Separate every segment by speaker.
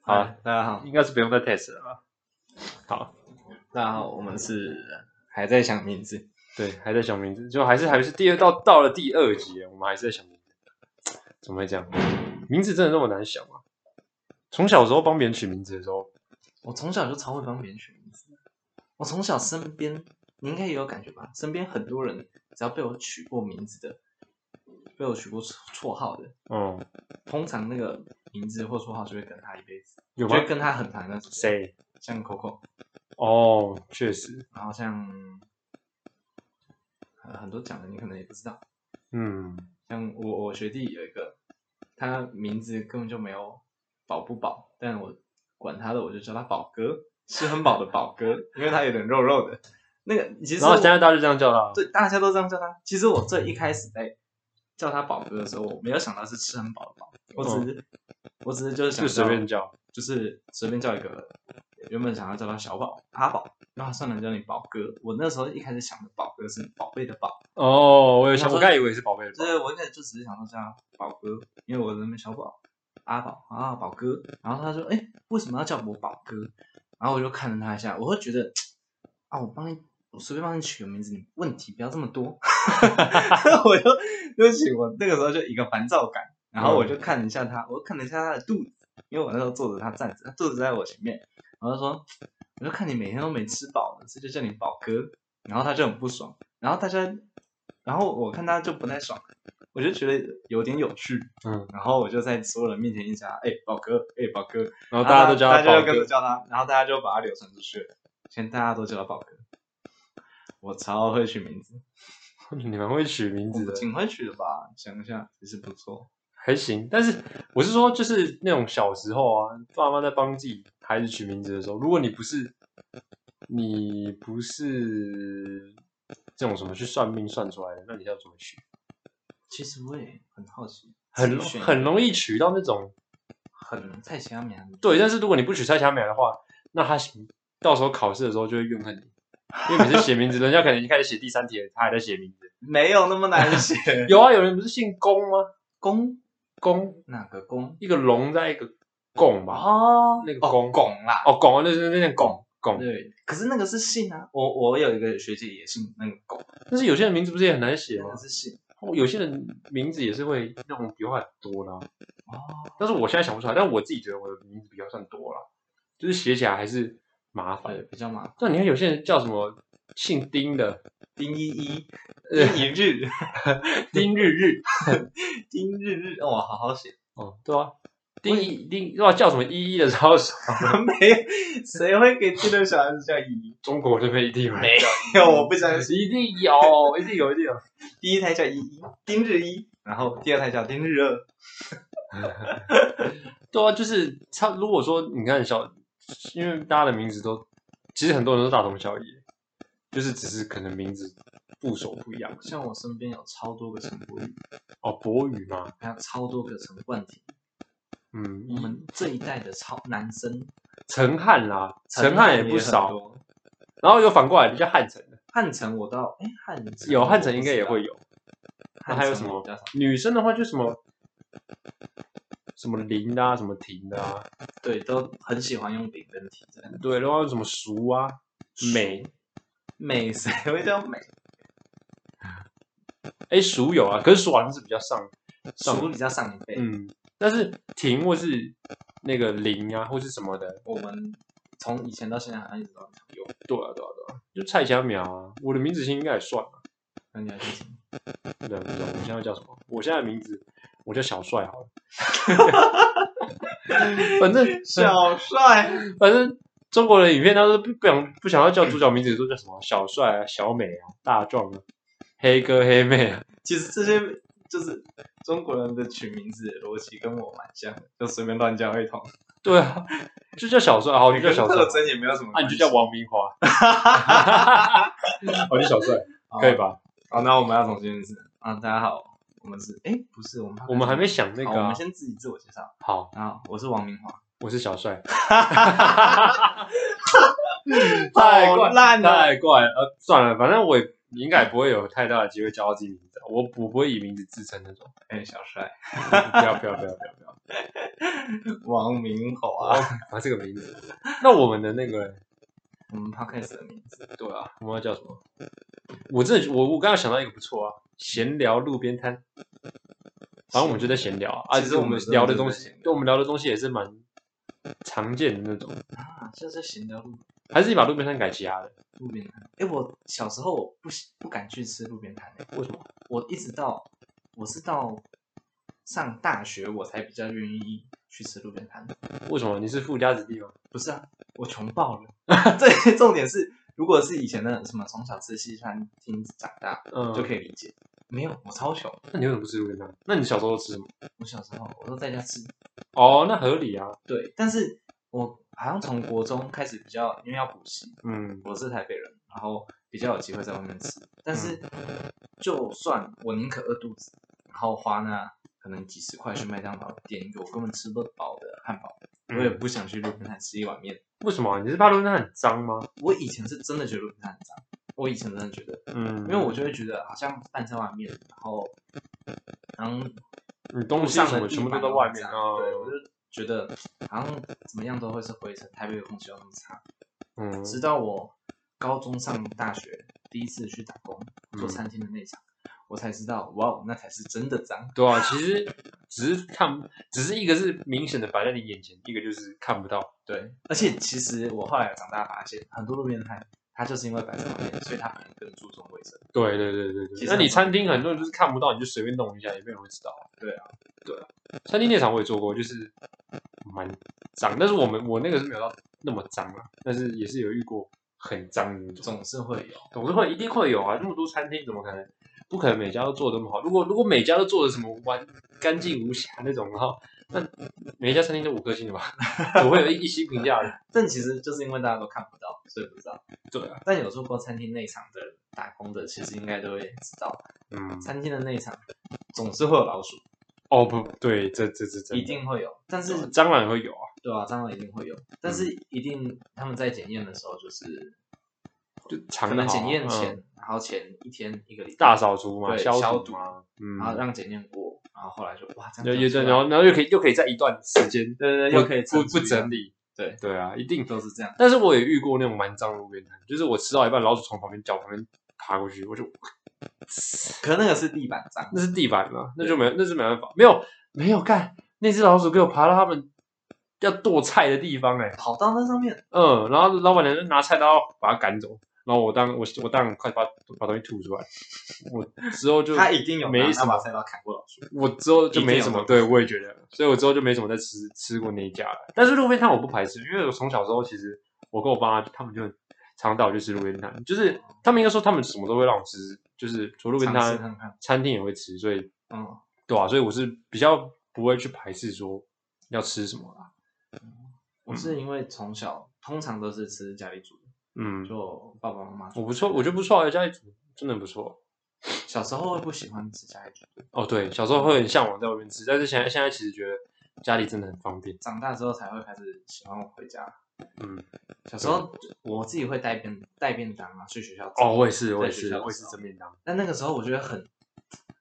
Speaker 1: 好
Speaker 2: 哎，大家好，
Speaker 1: 应该是不用再 test 了吧？
Speaker 2: 好，
Speaker 1: 大家好，我们是还在想名字，
Speaker 2: 对，还在想名字，就还是还是第二到到了第二集了，我们还是在想名字，怎么会这样？名字真的那么难想吗？从小时候帮别人取名字的时候，
Speaker 1: 我从小就超会帮别人取名字，我从小身边你应该也有感觉吧？身边很多人只要被我取过名字的，被我取过绰绰号的，
Speaker 2: 嗯，
Speaker 1: 通常那个名字或绰号就会跟他一辈子，
Speaker 2: 有
Speaker 1: 就
Speaker 2: 吗
Speaker 1: 会？跟他很谈那种。
Speaker 2: 谁？
Speaker 1: 像 Coco，
Speaker 2: 哦，确实，
Speaker 1: 然后像、呃很多讲的你可能也不知道，
Speaker 2: 嗯，
Speaker 1: 像我我学弟有一个，他名字根本就没有宝不宝，但我管他的，我就叫他宝哥，是很宝的宝哥，因为他有点肉肉的。那个其实
Speaker 2: 然后
Speaker 1: 我
Speaker 2: 现在大家就这样叫他，
Speaker 1: 对大家都这样叫他。其实我最一开始在叫他宝哥的时候，我没有想到是吃很饱的饱，我只是、我只是就是
Speaker 2: 哦
Speaker 1: 想
Speaker 2: 就随
Speaker 1: 叫
Speaker 2: 便叫，
Speaker 1: 就是随便叫一个，原本想要叫他小宝、阿宝，那算了，叫你宝哥。我那时候一开始想的宝哥是宝贝的宝。
Speaker 2: 哦，我有想，
Speaker 1: 他说
Speaker 2: 我刚才以为是宝贝，
Speaker 1: 对，我一开始就只是想到叫他宝哥，因为我的那边小宝阿宝啊宝哥，然后他说，哎、为什么要叫我宝哥？然后我就看了他一下，我会觉得啊，我帮你，我随便帮你取个名字，你问题不要这么多。 我就对不起，我那个时候就一个烦躁感，然后我
Speaker 2: 嗯
Speaker 1: 就看了一下他，我看了一下他的肚子，因为我那时候坐着他站着，他肚子在我前面，然后他说，我就看你每天都没吃饱呢，这就叫你宝哥，然后他就很不爽，然后大家，然后我看他就不太爽，我就觉得有点有趣，
Speaker 2: 嗯，
Speaker 1: 然后我就在所有人面前一直叫他，哎、宝哥，哎、宝哥，
Speaker 2: 然后大家都叫
Speaker 1: 大
Speaker 2: 他
Speaker 1: 家
Speaker 2: 宝
Speaker 1: 就跟着
Speaker 2: 哥，
Speaker 1: 叫他，然后大家就把他流传出去了，现在大家都叫他宝哥。我超会取名字，
Speaker 2: 你们会取名字
Speaker 1: 我
Speaker 2: 的，
Speaker 1: 挺会取的吧？想一下，其实不错。
Speaker 2: 还行，但是我是说，就是那种小时候啊，爸妈在帮自己孩子取名字的时候，如果你不是你不是这种什么去算命算出来的，那你要怎么取？
Speaker 1: 其实我也很好奇，
Speaker 2: 很
Speaker 1: 怎么
Speaker 2: 容
Speaker 1: 选
Speaker 2: 很容易取到那种
Speaker 1: 很蔡奇阿米安
Speaker 2: 对，但是如果你不取蔡小美的话，那他到时候考试的时候就会怨恨你，因为每次写名字，人家可能已经开始写第三题了，他还在写名字。
Speaker 1: 没有那么难写。
Speaker 2: 有啊，有人不是姓龚吗？
Speaker 1: 公
Speaker 2: 龚
Speaker 1: 哪个公？
Speaker 2: 一个龙在一个贡吧？
Speaker 1: 哦
Speaker 2: 那个公
Speaker 1: 哦拱啦，
Speaker 2: 哦，龚那是那念龚龚。
Speaker 1: 对，可是那个是姓啊。我我有一个学姐也姓那个拱，
Speaker 2: 但是有些人名字不是也很难写
Speaker 1: 那
Speaker 2: 吗
Speaker 1: 个？是姓
Speaker 2: 哦有些人名字也是会那种笔画很多的啊、
Speaker 1: 哦。
Speaker 2: 但是我现在想不出来，但我自己觉得我的名字笔画算多了，就是写起来还是麻
Speaker 1: 对，
Speaker 2: 烦。
Speaker 1: 比较麻烦。
Speaker 2: 但你看有些人叫什么姓丁的，
Speaker 1: 丁一一，
Speaker 2: 呃
Speaker 1: 丁一日，
Speaker 2: 丁日日，
Speaker 1: 丁日日，哦，我好好写。
Speaker 2: 哦，对啊，丁一丁，对吧？啊叫什么一一的超少，
Speaker 1: 没有，谁会给自己的小孩子叫姨？
Speaker 2: 中国这边一定有人
Speaker 1: 没
Speaker 2: 叫
Speaker 1: 没有， 我不相 信。
Speaker 2: 一，一定有，一定有，一定有。
Speaker 1: 第一胎叫依依，丁日一，然后第二胎叫丁日二。
Speaker 2: 对啊，就是他如果说你看小，因为大家的名字都，其实很多人都大同小异，就是只是可能名字部首不一样。
Speaker 1: 像我身边有超多个陈柏宇，
Speaker 2: 哦，博宇嘛，
Speaker 1: 还有超多个陈冠廷。
Speaker 2: 嗯，
Speaker 1: 我们这一代的超男生，
Speaker 2: 陈汉啦，陈汉也不
Speaker 1: 很
Speaker 2: 少，
Speaker 1: 多。
Speaker 2: 然后有反过来比较汉城的，
Speaker 1: 汉城我到，哎，汉城
Speaker 2: 有汉城应该也会
Speaker 1: 有。
Speaker 2: 有。那
Speaker 1: 汉
Speaker 2: 还有
Speaker 1: 城
Speaker 2: 什
Speaker 1: 我
Speaker 2: 么
Speaker 1: 比较少？
Speaker 2: 女生的话就什么什么林的啊，什么婷的啊，
Speaker 1: 对，都很喜欢用饼跟体在。
Speaker 2: 对，然后什么熟啊、美，
Speaker 1: 美谁会叫美？
Speaker 2: 哎，熟有啊，可是熟好像是比较上上，
Speaker 1: 熟比较上一辈。
Speaker 2: 嗯，但是婷或是那个林啊，或是什么的，
Speaker 1: 我们从以前到现在好像一直都很常用。
Speaker 2: 对啊对啊对啊，就蔡小淼啊，我的名字其实应该也算了，
Speaker 1: 那你还是什么？
Speaker 2: 对啊，不知道我现在叫什么？我现在的名字我叫小帅好了，反正
Speaker 1: 小帅。
Speaker 2: 反正中国的影片，他都不不想不想要叫主角名字，都叫什么小帅啊、小美啊、大壮啊、黑哥、黑妹啊。
Speaker 1: 其实这些就是中国人的取名字的逻辑跟我蛮像的，就随便乱叫一通，
Speaker 2: 对啊，就叫小帅，好，你
Speaker 1: 你
Speaker 2: 就
Speaker 1: 跟
Speaker 2: 叫小帅
Speaker 1: 特，征也没有什么
Speaker 2: 啊，
Speaker 1: 关
Speaker 2: 你就
Speaker 1: 系。
Speaker 2: 叫王明华， 好，你小帅
Speaker 1: 哦
Speaker 2: 可以吧？
Speaker 1: 好，那我们要重新认识啊！大家好，我们是哎，不是我们
Speaker 2: 我们还没想那
Speaker 1: 好
Speaker 2: 个
Speaker 1: 我
Speaker 2: 啊
Speaker 1: 们，先自己自我介绍
Speaker 2: 好，
Speaker 1: 啊！我是王明华，
Speaker 2: 我是小 帅，太
Speaker 1: 好
Speaker 2: 怪
Speaker 1: 烂啊！
Speaker 2: 太怪了，呃，算了，反正我也应该也不会有太大的机会叫到自己名字，我我不会以名字自称那种，
Speaker 1: 哎，小帅，
Speaker 2: 不要不要不要不要不要，
Speaker 1: 王明
Speaker 2: 啊
Speaker 1: 华，
Speaker 2: 啊这个名字。那我们的那个人，
Speaker 1: 我们 podcast 的名字，对啊，
Speaker 2: 我们要叫什么？我真的，我我刚刚想到一个不错啊，闲聊路边摊。反正我们就在闲聊啊，啊
Speaker 1: 其实
Speaker 2: 就
Speaker 1: 我
Speaker 2: 我
Speaker 1: 们
Speaker 2: 们
Speaker 1: 真的
Speaker 2: 聊的
Speaker 1: 是
Speaker 2: 东
Speaker 1: 在
Speaker 2: 西
Speaker 1: 闲聊，
Speaker 2: 对我们聊的东西也是蛮常见的那种。
Speaker 1: 啊，现在闲聊路
Speaker 2: 还是你把路边摊改其他的？
Speaker 1: 路边摊。哎，我小时候我不喜不敢去吃路边摊、欸，
Speaker 2: 为什么？
Speaker 1: 我一直到我是到上大学我才比较愿意去吃路边摊。
Speaker 2: 为什么？你是富家子弟吗？
Speaker 1: 不是啊，我穷爆了。 对，重点是，如果是以前的什么从小吃西餐厅长大，
Speaker 2: 嗯，
Speaker 1: 就可以理解。没有，我超穷。
Speaker 2: 那你为什么不吃路边摊？那你小时候吃什么？
Speaker 1: 我小时候我都在家吃。
Speaker 2: 哦，那合理啊。
Speaker 1: 对，但是我好像从国中开始比较，因为要补习，
Speaker 2: 嗯
Speaker 1: 我是台北人，然后比较有机会在外面吃。但是就算我宁可饿肚子，然后花那可能几十块去麦当劳点一个我根本吃不饱的汉堡，我也
Speaker 2: 嗯，
Speaker 1: 不想去路边摊吃一碗面。
Speaker 2: 为什么啊？你是怕路边摊很脏吗？
Speaker 1: 我以前是真的觉得路边摊很脏，我以前真的觉得，
Speaker 2: 嗯，
Speaker 1: 因为我就会觉得好像半山碗面，然后然后
Speaker 2: 你东
Speaker 1: 路
Speaker 2: 西
Speaker 1: 上
Speaker 2: 什
Speaker 1: 的
Speaker 2: 么
Speaker 1: 地
Speaker 2: 全部都
Speaker 1: 板
Speaker 2: 在外面
Speaker 1: 很
Speaker 2: 啊。
Speaker 1: 脏对，我就觉得好像怎么样都会是灰尘，台北的空气又那么差。
Speaker 2: 嗯
Speaker 1: 直到我高中上大学第一次去打工
Speaker 2: 嗯
Speaker 1: 做餐厅的那一场，我才知道，哇哦，那才是真的脏。
Speaker 2: 对啊，其实只是看，只是一个是明显的摆在你眼前，一个就是看不到。
Speaker 1: 对，
Speaker 2: 嗯
Speaker 1: 而且其实我后来长大发现，很多路边摊它就是因为摆在旁边，所以它反而更注重卫生。
Speaker 2: 对对对对对。
Speaker 1: 其实
Speaker 2: 那你
Speaker 1: 很
Speaker 2: 餐厅很多人就是看不到，你就随便弄一下，也没有人会知道。
Speaker 1: 对啊，
Speaker 2: 对啊。餐厅那场我也做过，就是蛮脏，但是我们我那个是没有到那么脏啊，但是也是有遇过很脏的那种。
Speaker 1: 总是会有，
Speaker 2: 总是会一定会有啊，那么多餐厅怎么可能？不可能每家都做得那么好。如果如果每家都做的什么完干净无瑕那种的话，那每一家餐厅都五颗星的吧？ 我会有一一星评价的。
Speaker 1: 但其实就是因为大家都看不到，所以不知道。
Speaker 2: 对啊，
Speaker 1: 但有做过餐厅内场的打工的，其实应该都会知道，
Speaker 2: 嗯，
Speaker 1: 餐厅的内场总是会有老鼠，
Speaker 2: 哦不对，这这这这
Speaker 1: 一定会有。但是
Speaker 2: 蟑螂也会有啊，
Speaker 1: 对啊，蟑螂一定会有，但是
Speaker 2: 嗯
Speaker 1: 一定他们在检验的时候就是
Speaker 2: 就藏
Speaker 1: 可
Speaker 2: 得
Speaker 1: 能
Speaker 2: 好啊
Speaker 1: 检验前，
Speaker 2: 嗯
Speaker 1: 然后前一天一个礼拜
Speaker 2: 大扫除嘛，
Speaker 1: 对
Speaker 2: 消
Speaker 1: 消
Speaker 2: 毒
Speaker 1: 毒
Speaker 2: 嘛，嗯，
Speaker 1: 然后让检验过，然后后来就哇，这
Speaker 2: 又
Speaker 1: 样
Speaker 2: 又
Speaker 1: 讲出来
Speaker 2: 然后然后又可以又可以在一段时间，
Speaker 1: 对对
Speaker 2: 不
Speaker 1: 对，又可以
Speaker 2: 不
Speaker 1: 趁
Speaker 2: 不
Speaker 1: 机
Speaker 2: 整理，
Speaker 1: 对
Speaker 2: 对啊，一定
Speaker 1: 都是这样，
Speaker 2: 但是我也遇过那种蛮脏的路边摊，就是我吃到一半，老鼠从旁边脚旁边爬过去，我就
Speaker 1: 可那个是地板脏，
Speaker 2: 那是地板嘛，那就没那是没办法，没有没有干，那只老鼠给我爬到他们要剁菜的地方哎、
Speaker 1: 跑到那上面，
Speaker 2: 嗯，然后老板娘就拿菜刀把它赶走，然后我当我我当然快把把东西吐出来，我之后就
Speaker 1: 他一定有
Speaker 2: 没
Speaker 1: 拿
Speaker 2: 什
Speaker 1: 那把
Speaker 2: 么，
Speaker 1: 菜刀砍过老鼠，
Speaker 2: 我之后就没什么，
Speaker 1: 一定
Speaker 2: 对
Speaker 1: 有
Speaker 2: 我也觉得，所以我之后就没什么再吃吃过那一家了。但是路边摊我不排斥，因为我从小时候其实我跟我爸他们就常带我去吃路边摊，就是他们应该说他们什么都会让我吃，就是除了路边
Speaker 1: 尝试
Speaker 2: 摊，
Speaker 1: 看看，
Speaker 2: 餐厅也会吃，所以
Speaker 1: 嗯，
Speaker 2: 对啊，所以我是比较不会去排斥说要吃什么啦。
Speaker 1: 我是因为从小通常都是吃家里煮的，
Speaker 2: 嗯，
Speaker 1: 就爸爸妈妈
Speaker 2: 我
Speaker 1: 煮，
Speaker 2: 不错，我觉得不错啊，家里煮真的不错。
Speaker 1: 小时候会不喜欢吃家里煮的，
Speaker 2: 哦，对，小时候会很向往在外面吃，但是现在现在其实觉得家里真的很方便。
Speaker 1: 长大之后才会开始喜欢我回家。
Speaker 2: 嗯，
Speaker 1: 小时候我自己会带便带便当啊，去学校吃
Speaker 2: 哦，我也是，我也
Speaker 1: 在学
Speaker 2: 是，
Speaker 1: 校的
Speaker 2: 我也是
Speaker 1: 时候
Speaker 2: 蒸面当。
Speaker 1: 但那个时候我觉得很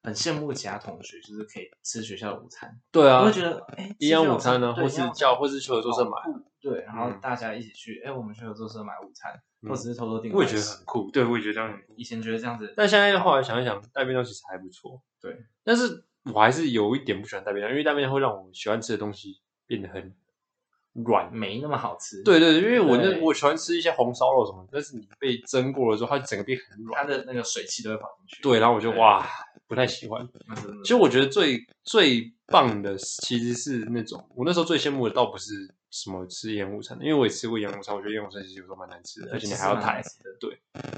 Speaker 1: 很羡慕其他同学，就是可以吃学校的午餐，
Speaker 2: 对啊，
Speaker 1: 我会觉得哎，
Speaker 2: 营养午餐呢，啊
Speaker 1: 对
Speaker 2: 或是
Speaker 1: 营养午餐
Speaker 2: 叫或是求合作社买，
Speaker 1: 好酷对，然后
Speaker 2: 嗯
Speaker 1: 大家一起去，哎，我们去合作社买午餐，
Speaker 2: 嗯
Speaker 1: 或者是偷偷订
Speaker 2: 我
Speaker 1: 外
Speaker 2: 也觉得
Speaker 1: 食。
Speaker 2: 很酷。对，我也觉得这样很酷。
Speaker 1: 以前觉得这样子，
Speaker 2: 但现在后来想一想，带便当其实还不错。
Speaker 1: 对，
Speaker 2: 但是我还是有一点不喜欢带便当，因为带便当会让我喜欢吃的东西变得很软。
Speaker 1: 没那么好吃。，
Speaker 2: 对对，因为我那
Speaker 1: 对
Speaker 2: 我喜欢吃一些红烧肉什么的，但是你被蒸过了之后，它整个变很
Speaker 1: 它
Speaker 2: 软。
Speaker 1: 的那个水汽都会跑进去。
Speaker 2: 对，然后我就
Speaker 1: 对
Speaker 2: 哇，不太喜欢。
Speaker 1: 那真的，
Speaker 2: 其实我觉得最最棒的其实是那种，我那时候最羡慕的倒不是什么吃盐午餐，因为我也吃过盐午餐，我觉得盐午餐其实有时候蛮难吃的，而且你还要
Speaker 1: 抬
Speaker 2: 抬。。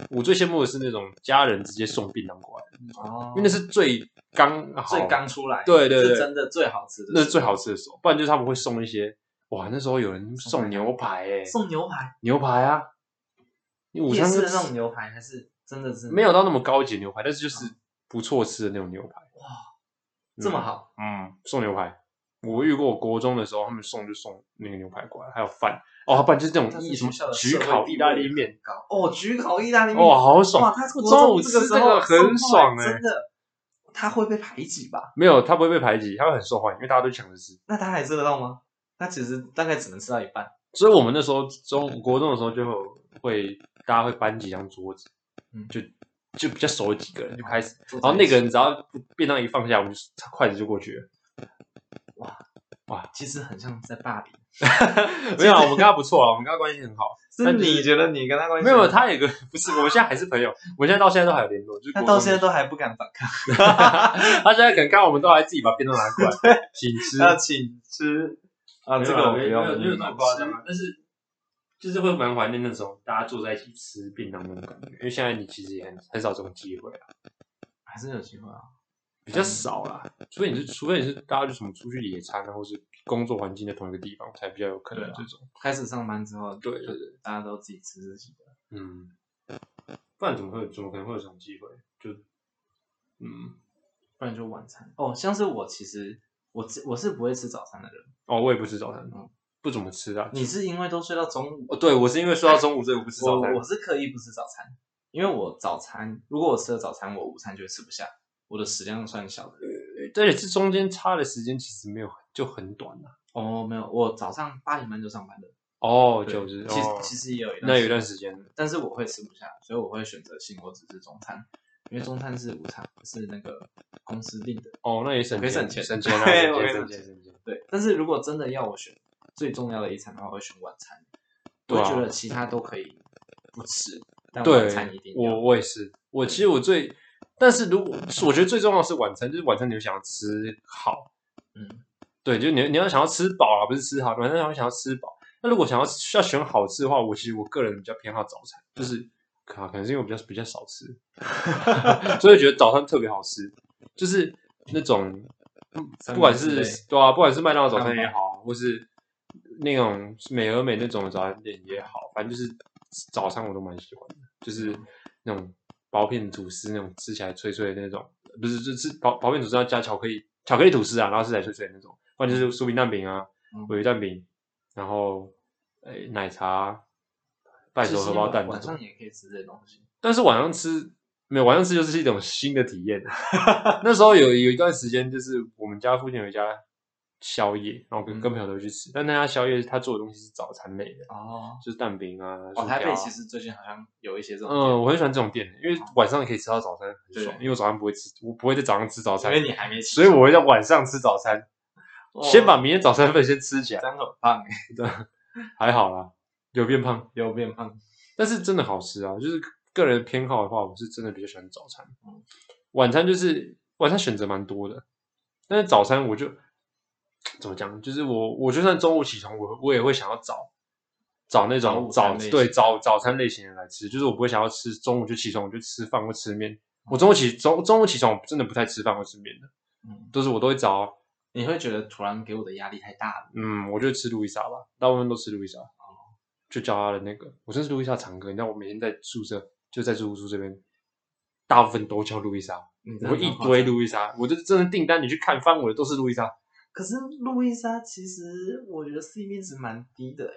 Speaker 2: 我最羡慕的是那种家人直接送槟榔过来的那种，
Speaker 1: 哦
Speaker 2: 因为那是最刚好
Speaker 1: 最，刚出来，
Speaker 2: 哦对对对
Speaker 1: 是真的最好吃的，
Speaker 2: 那是最好吃的时候。不然就是他们会送一些，哇，那时候有人送牛排欸诶、
Speaker 1: 送牛排，
Speaker 2: 牛排啊，你午
Speaker 1: 夜
Speaker 2: 餐
Speaker 1: 市
Speaker 2: 就
Speaker 1: 的那种牛排还是真的是
Speaker 2: 没有到那么高级的牛排，但是就是不错吃的那种牛排。
Speaker 1: 嗯哇这么好，
Speaker 2: 嗯，送牛排。我遇过，国中的时候他们送就送那个牛排过来，还有饭哦，不然就是这种
Speaker 1: 但
Speaker 2: 意
Speaker 1: 是
Speaker 2: 什么
Speaker 1: 学校的
Speaker 2: 焗
Speaker 1: 社会
Speaker 2: 烤
Speaker 1: 地
Speaker 2: 意大
Speaker 1: 位
Speaker 2: 利面，
Speaker 1: 搞哦，焗烤意大利面，
Speaker 2: 哇，好
Speaker 1: 哇，
Speaker 2: 爽！
Speaker 1: 他
Speaker 2: 我
Speaker 1: 国
Speaker 2: 中午
Speaker 1: 中这
Speaker 2: 吃
Speaker 1: 个时
Speaker 2: 这
Speaker 1: 候
Speaker 2: 个很
Speaker 1: 送过来
Speaker 2: 爽欸
Speaker 1: 真的，他会被排挤吧？
Speaker 2: 没有，他不会被排挤，他会很受欢迎，因为大家都抢着吃。
Speaker 1: 那他还吃得到吗？那其实大概只能吃到一半。
Speaker 2: 所以我们那时候中国中的时候就有会大家会搬几张桌子，
Speaker 1: 嗯
Speaker 2: 就就比较熟的几个人就开始，
Speaker 1: 然
Speaker 2: 然后那个人只要便当一放下，我们就筷子就过去了。
Speaker 1: 其实很像在霸凌，
Speaker 2: 没有啊，我们跟他不错啊，我们跟他关系很 好。
Speaker 1: 是
Speaker 2: 就是
Speaker 1: 你觉得你跟他关系
Speaker 2: 没有，
Speaker 1: 很好
Speaker 2: 他有一个不是，我们现在还是朋友，我们现在到现在都还有联络，就是
Speaker 1: 他
Speaker 2: 国
Speaker 1: 到
Speaker 2: 中
Speaker 1: 现在都还不敢反抗，
Speaker 2: 他现在可能看我们都还自己把便当拿过来，请 吃。
Speaker 1: 要请吃啊，这个我不
Speaker 2: 没有没有
Speaker 1: 用，
Speaker 2: 没有那么夸张啊，但是就是会蛮怀念那种大家坐在一起吃便当那种感觉，因为现在你其实也很很少这种机会啊，
Speaker 1: 还是有机会啊。
Speaker 2: 比较少啦。除非你是，除非你是大家就什么出去野餐啊，或是工作环境在同一个地方，才比较有可能
Speaker 1: 对啊
Speaker 2: 这种。
Speaker 1: 开始上班之后，
Speaker 2: 对对对，
Speaker 1: 大家都自己吃自己的，
Speaker 2: 嗯，不然怎么会有，怎么可能会有这种机会？就嗯，
Speaker 1: 不然就晚餐。哦，像是我其实我吃我是不会吃早餐的人，
Speaker 2: 哦，我也不吃早餐
Speaker 1: 嗯，
Speaker 2: 不怎么吃啊。
Speaker 1: 你是因为都睡到中午，
Speaker 2: 哦，对，我是因为睡到中午，所以我不吃早餐
Speaker 1: 我。我是刻意不吃早餐，因为我早餐如果我吃了早餐，我午餐就会吃不下，我的食量算小的。
Speaker 2: 对，这中间差的时间其实没有很就很短啊。
Speaker 1: 哦，没有，我早上八点半就上班了，
Speaker 2: 哦，
Speaker 1: 对
Speaker 2: 就是
Speaker 1: 其实
Speaker 2: 哦
Speaker 1: 其实也有一段
Speaker 2: 那有一段时间，
Speaker 1: 但是我会吃不下，所以我会选择性我只吃中餐，因为中餐是午餐，是那个公司定的。
Speaker 2: 哦，那也省
Speaker 1: 可以省
Speaker 2: 钱，省
Speaker 1: 钱
Speaker 2: 钱啊，
Speaker 1: 对
Speaker 2: 省
Speaker 1: 我可
Speaker 2: 钱，
Speaker 1: 以
Speaker 2: 省
Speaker 1: 省
Speaker 2: 钱，
Speaker 1: 钱
Speaker 2: 省钱。
Speaker 1: 对，但是如果真的要我选最重要的一餐的话，我会选晚餐。
Speaker 2: 对啊
Speaker 1: 我觉得其他都可以不吃，但晚餐一
Speaker 2: 对
Speaker 1: 定，要。
Speaker 2: 我我也是，我其实我最，但是如果我觉得最重要的是晚餐，就是晚餐你会想要吃好，
Speaker 1: 嗯，
Speaker 2: 对，就是你你要想要吃饱啊，不是吃好，晚上想要想要吃饱。那如果想要要选好吃的话，我其实我个人比较偏好早餐，就是啊可可能是因为我比较比较少 吃，所以觉得早餐特别好吃，就是那种
Speaker 1: 三
Speaker 2: 不管
Speaker 1: 明治
Speaker 2: 是
Speaker 1: 类
Speaker 2: 对啊，不管是麦当劳早餐
Speaker 1: 汉堡
Speaker 2: 也好，或是那种美而美那种早餐店也好，反正就是早餐我都蛮喜欢的，就是那种薄片吐司那种吃起来脆脆的那种，不是就是薄薄片吐司要加巧克力巧克力吐司啊，然后吃起来脆脆的那种，不然就是酥饼蛋饼啊
Speaker 1: 嗯、
Speaker 2: 鲔鱼蛋饼，然后诶奶茶、拜
Speaker 1: 其
Speaker 2: 手
Speaker 1: 实
Speaker 2: 荷包蛋这
Speaker 1: 晚
Speaker 2: 种
Speaker 1: 上。也可以吃这些东西。
Speaker 2: 但是晚上吃没有晚上吃就是一种新的体 验。那时候有有一段时间，就是我们家附近有一家宵夜，然后跟
Speaker 1: 嗯
Speaker 2: 跟朋友都去吃，但那家宵夜他做的东西是早餐类的，
Speaker 1: 哦，
Speaker 2: 就是蛋饼啊、薯条
Speaker 1: 哦，
Speaker 2: 啊
Speaker 1: 台北其实最近好像有一些这种
Speaker 2: 嗯，我很喜欢这种店，因为晚上可以吃到早餐，很爽。
Speaker 1: 对
Speaker 2: 因为我早上不会吃，我不会在早上吃早
Speaker 1: 店，
Speaker 2: 餐
Speaker 1: 因，为你还没吃，
Speaker 2: 所以我会在晚上吃早餐，
Speaker 1: 哦
Speaker 2: 先把明天早餐份先吃起来。
Speaker 1: 真很胖哎，
Speaker 2: 还好啦，有变胖，
Speaker 1: 有变胖。
Speaker 2: 但是真的好吃啊！就是个人偏好的话，我是真的比较喜欢早餐
Speaker 1: 嗯，
Speaker 2: 晚餐就是晚餐选择蛮多的，但是早餐我就怎么讲，就是我我就算中午起床，我我也会想要找找那种
Speaker 1: 早
Speaker 2: 早
Speaker 1: 午餐类型
Speaker 2: 对早早餐类型的来吃，就是我不会想要吃中午就起床我就吃饭或吃面，我中午起中中午起床我真的不太吃饭或吃面的，
Speaker 1: 嗯，
Speaker 2: 都是我都会找
Speaker 1: 你会觉得突然给我的压力太大了。
Speaker 2: 嗯，我就吃路易莎吧，大部分都吃路易莎。就叫他的那个，我真是路易莎常客。你知道我每天在宿舍，就在住宿这边，大部分都叫路易莎，
Speaker 1: 你真
Speaker 2: 我
Speaker 1: 的
Speaker 2: 会一
Speaker 1: 很夸
Speaker 2: 堆
Speaker 1: 张。
Speaker 2: 路易莎，我就真的订单，你去看翻我的都是路易莎，
Speaker 1: 可是路易莎其实我觉得 CP 值蛮低的哎，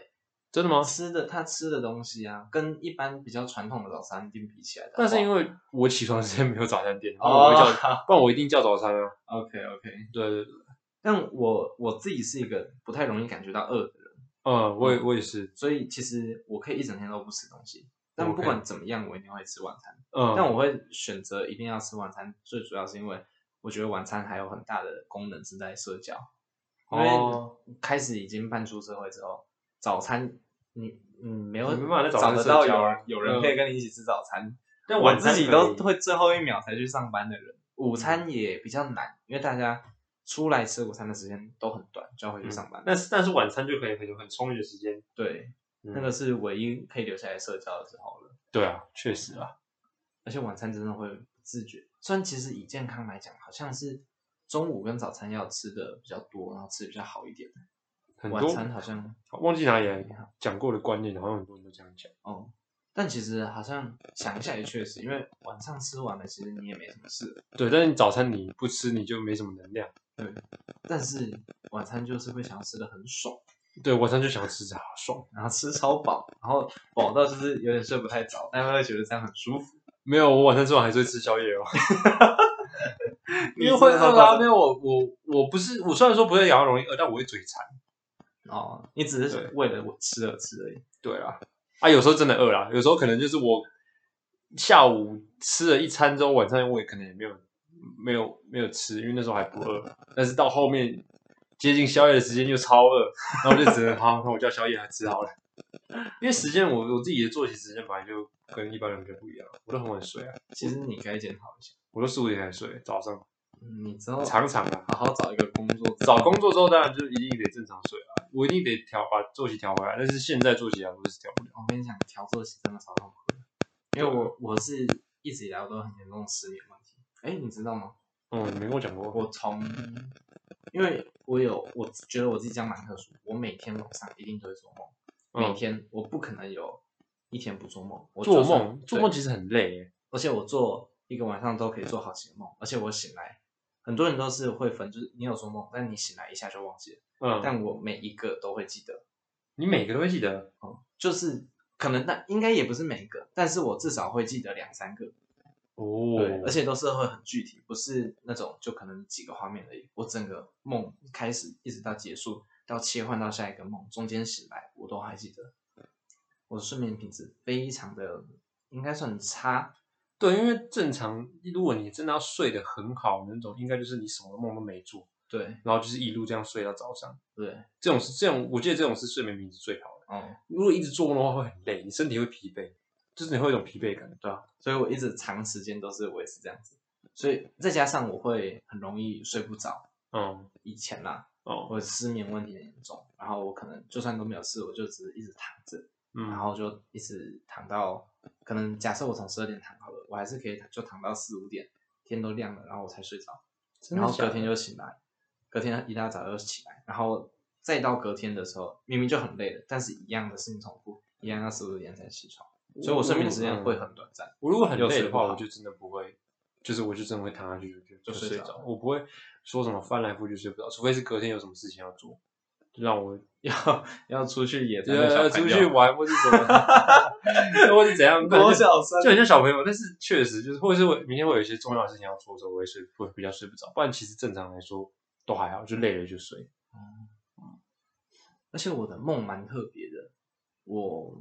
Speaker 2: 真的吗？
Speaker 1: 吃的他吃的东西啊，跟一般比较传统的早餐店比起来的话，
Speaker 2: 但是因为我起床时间没有早餐店，不然我会叫，
Speaker 1: 哦
Speaker 2: 不然我一定叫早餐啊。
Speaker 1: ，OK OK，
Speaker 2: 对对对，
Speaker 1: 但我我自己是一个不太容易感觉到饿的人，
Speaker 2: 嗯，我也我也是，
Speaker 1: 所以其实我可以一整天都不吃东西。但
Speaker 2: OK
Speaker 1: 不管怎么样，我一定会吃晚餐。
Speaker 2: 嗯，
Speaker 1: 但我会选择一定要吃晚餐，最主要是因为我觉得晚餐还有很大的功能是在社交。因为
Speaker 2: 哦，
Speaker 1: 开始已经半出社会之后，早餐你嗯没有
Speaker 2: 你没办法在早
Speaker 1: 找
Speaker 2: 餐
Speaker 1: 得
Speaker 2: 社交
Speaker 1: 到有
Speaker 2: 啊
Speaker 1: 人有人
Speaker 2: 嗯
Speaker 1: 可以跟你一起吃早餐，
Speaker 2: 但
Speaker 1: 我
Speaker 2: 晚
Speaker 1: 自
Speaker 2: 餐
Speaker 1: 己
Speaker 2: 可
Speaker 1: 都
Speaker 2: 以嗯
Speaker 1: 会最后一秒才去上班的人，午餐也比较难，因为大家出来吃午餐的时间都很短，就要回去上班。
Speaker 2: 但是但是晚餐就可以很很充裕的时间，
Speaker 1: 对，
Speaker 2: 嗯
Speaker 1: 那个是唯一可以留下来社交的时候了。
Speaker 2: 对啊，确实啊，
Speaker 1: 而且晚餐真的会不自觉，虽然其实以健康来讲，好像是中午跟早餐要吃的比较多，然后吃的比较好一点，
Speaker 2: 很
Speaker 1: 晚
Speaker 2: 多
Speaker 1: 餐好像
Speaker 2: 忘记哪里来讲过的观念，好像很多人都这样讲。
Speaker 1: 哦。但其实好像想一下也确实，因为晚上吃完了，其实你也没什么事。
Speaker 2: 对，但是你早餐你不吃，你就没什么能量。
Speaker 1: 对，但是晚餐就是会想要吃的很爽。
Speaker 2: 对，晚上就想吃炸爽。
Speaker 1: 然后吃超饱，然后饱到就是有点睡不太着，但会觉得这样很舒 服。
Speaker 2: 没有，我晚上吃完还是会吃宵夜 哦，因为
Speaker 1: 你
Speaker 2: 会
Speaker 1: 真的超
Speaker 2: 饿
Speaker 1: 夸
Speaker 2: 啊。
Speaker 1: 张
Speaker 2: 没有，我我我不是，我虽然说不会咬到容易饿，但我会嘴馋。
Speaker 1: 哦，你只是
Speaker 2: 对
Speaker 1: 为了我吃而吃而已。
Speaker 2: 对啊，啊，有时候真的饿啦，有时候可能就是我下午吃了一餐之后，晚上我也可能也没有没有没有吃，因为那时候还不饿。但是到后面接近宵夜的时间就超饿，然后就只能好，那我叫宵夜来吃好了。 因为时间我我自己的作息时间本来就跟一般人比较不一样，我都很晚睡啊，
Speaker 1: 其实你该检讨一下，
Speaker 2: 我都四五点才睡，早上
Speaker 1: 嗯你之后
Speaker 2: 常常啊。
Speaker 1: 好好找一个工作，
Speaker 2: 找工作之后当然就一定得正常睡啊，我一定得调把作息调回来，但是现在作息啊，我就是调不了。
Speaker 1: 我跟你讲，调作息真的超痛苦的，因为
Speaker 2: 啊
Speaker 1: 我我是一直以来我都很严重的失眠问题。哎，你知道吗？
Speaker 2: 嗯，你没跟我讲过。
Speaker 1: 我从，因为我有，我觉得我自己这样蛮特殊，我每天晚上一定都会做梦，每
Speaker 2: 嗯。
Speaker 1: 天我不可能有一天不做梦。我
Speaker 2: 做
Speaker 1: 就算
Speaker 2: 梦，做梦
Speaker 1: 对
Speaker 2: 其实很累耶。
Speaker 1: 而且我做一个晚上都可以做好几个梦，而且我醒来，很多人都是会分，就是你有做梦，但你醒来一下就忘记了，
Speaker 2: 嗯，
Speaker 1: 但我每一个都会记得，
Speaker 2: 你每个都会记得，
Speaker 1: 哦、就是可能但应该也不是每一个，但是我至少会记得两三个。
Speaker 2: 哦
Speaker 1: 对，而且都是会很具体，不是那种就可能几个画面而已。我整个梦开始一直到结束，到切换到下一个梦，中间醒来我都还记得。我的睡眠品质非常的，应该算差。
Speaker 2: 对，因为正常，如果你真的要睡得很好那种，应该就是你什么梦都没做，
Speaker 1: 对
Speaker 2: 然后就是一路这样睡到早上，
Speaker 1: 对，
Speaker 2: 这种是这种，我记得这种是睡眠品质最好的。
Speaker 1: 嗯，
Speaker 2: 如果一直做梦的话，会很累，你身体会疲惫，就是你会有一种疲惫感。
Speaker 1: 对啊，所以我一直长时间都是维持这样子，所以再加上我会很容易睡不着，
Speaker 2: 嗯，
Speaker 1: 以前啦，
Speaker 2: 哦，
Speaker 1: 我失眠问题很严重，然后我可能就算都没有事，我就只是一直躺着。
Speaker 2: 嗯，
Speaker 1: 然后就一直躺到可能假设我从十二点躺好了，我还是可以就躺到四五点，天都亮了，然后我才睡着，
Speaker 2: 真的
Speaker 1: 然后
Speaker 2: 假
Speaker 1: 隔
Speaker 2: 的
Speaker 1: 天就醒来，隔天一大早就起来，然后再到隔天的时候，明明就很累了，但是一样的事情重复，一样要四五点才起床，所以我睡眠
Speaker 2: 嗯
Speaker 1: 时间会很短暂。
Speaker 2: 我如果很累的
Speaker 1: 又睡不
Speaker 2: 话，
Speaker 1: 好
Speaker 2: 我就真的不会，就是我就真的会躺下去就就
Speaker 1: 就
Speaker 2: 睡
Speaker 1: 睡
Speaker 2: 着，
Speaker 1: 着了
Speaker 2: 我不会说什么翻来覆去睡不着，除非是隔天有什么事情要做，就让我
Speaker 1: 要要出去野餐的小
Speaker 2: 呃
Speaker 1: 朋
Speaker 2: 出
Speaker 1: 友，
Speaker 2: 去玩或是怎 么， 或是怎样，
Speaker 1: 国
Speaker 2: 就
Speaker 1: 小生
Speaker 2: 就很像小朋友，但是确实就是，或者是我明天会有一些重要的事情要做的时候，我会睡会比较睡不着，不然其实正常来说都还好，就累了就睡。
Speaker 1: 而且我的梦蛮特别的，我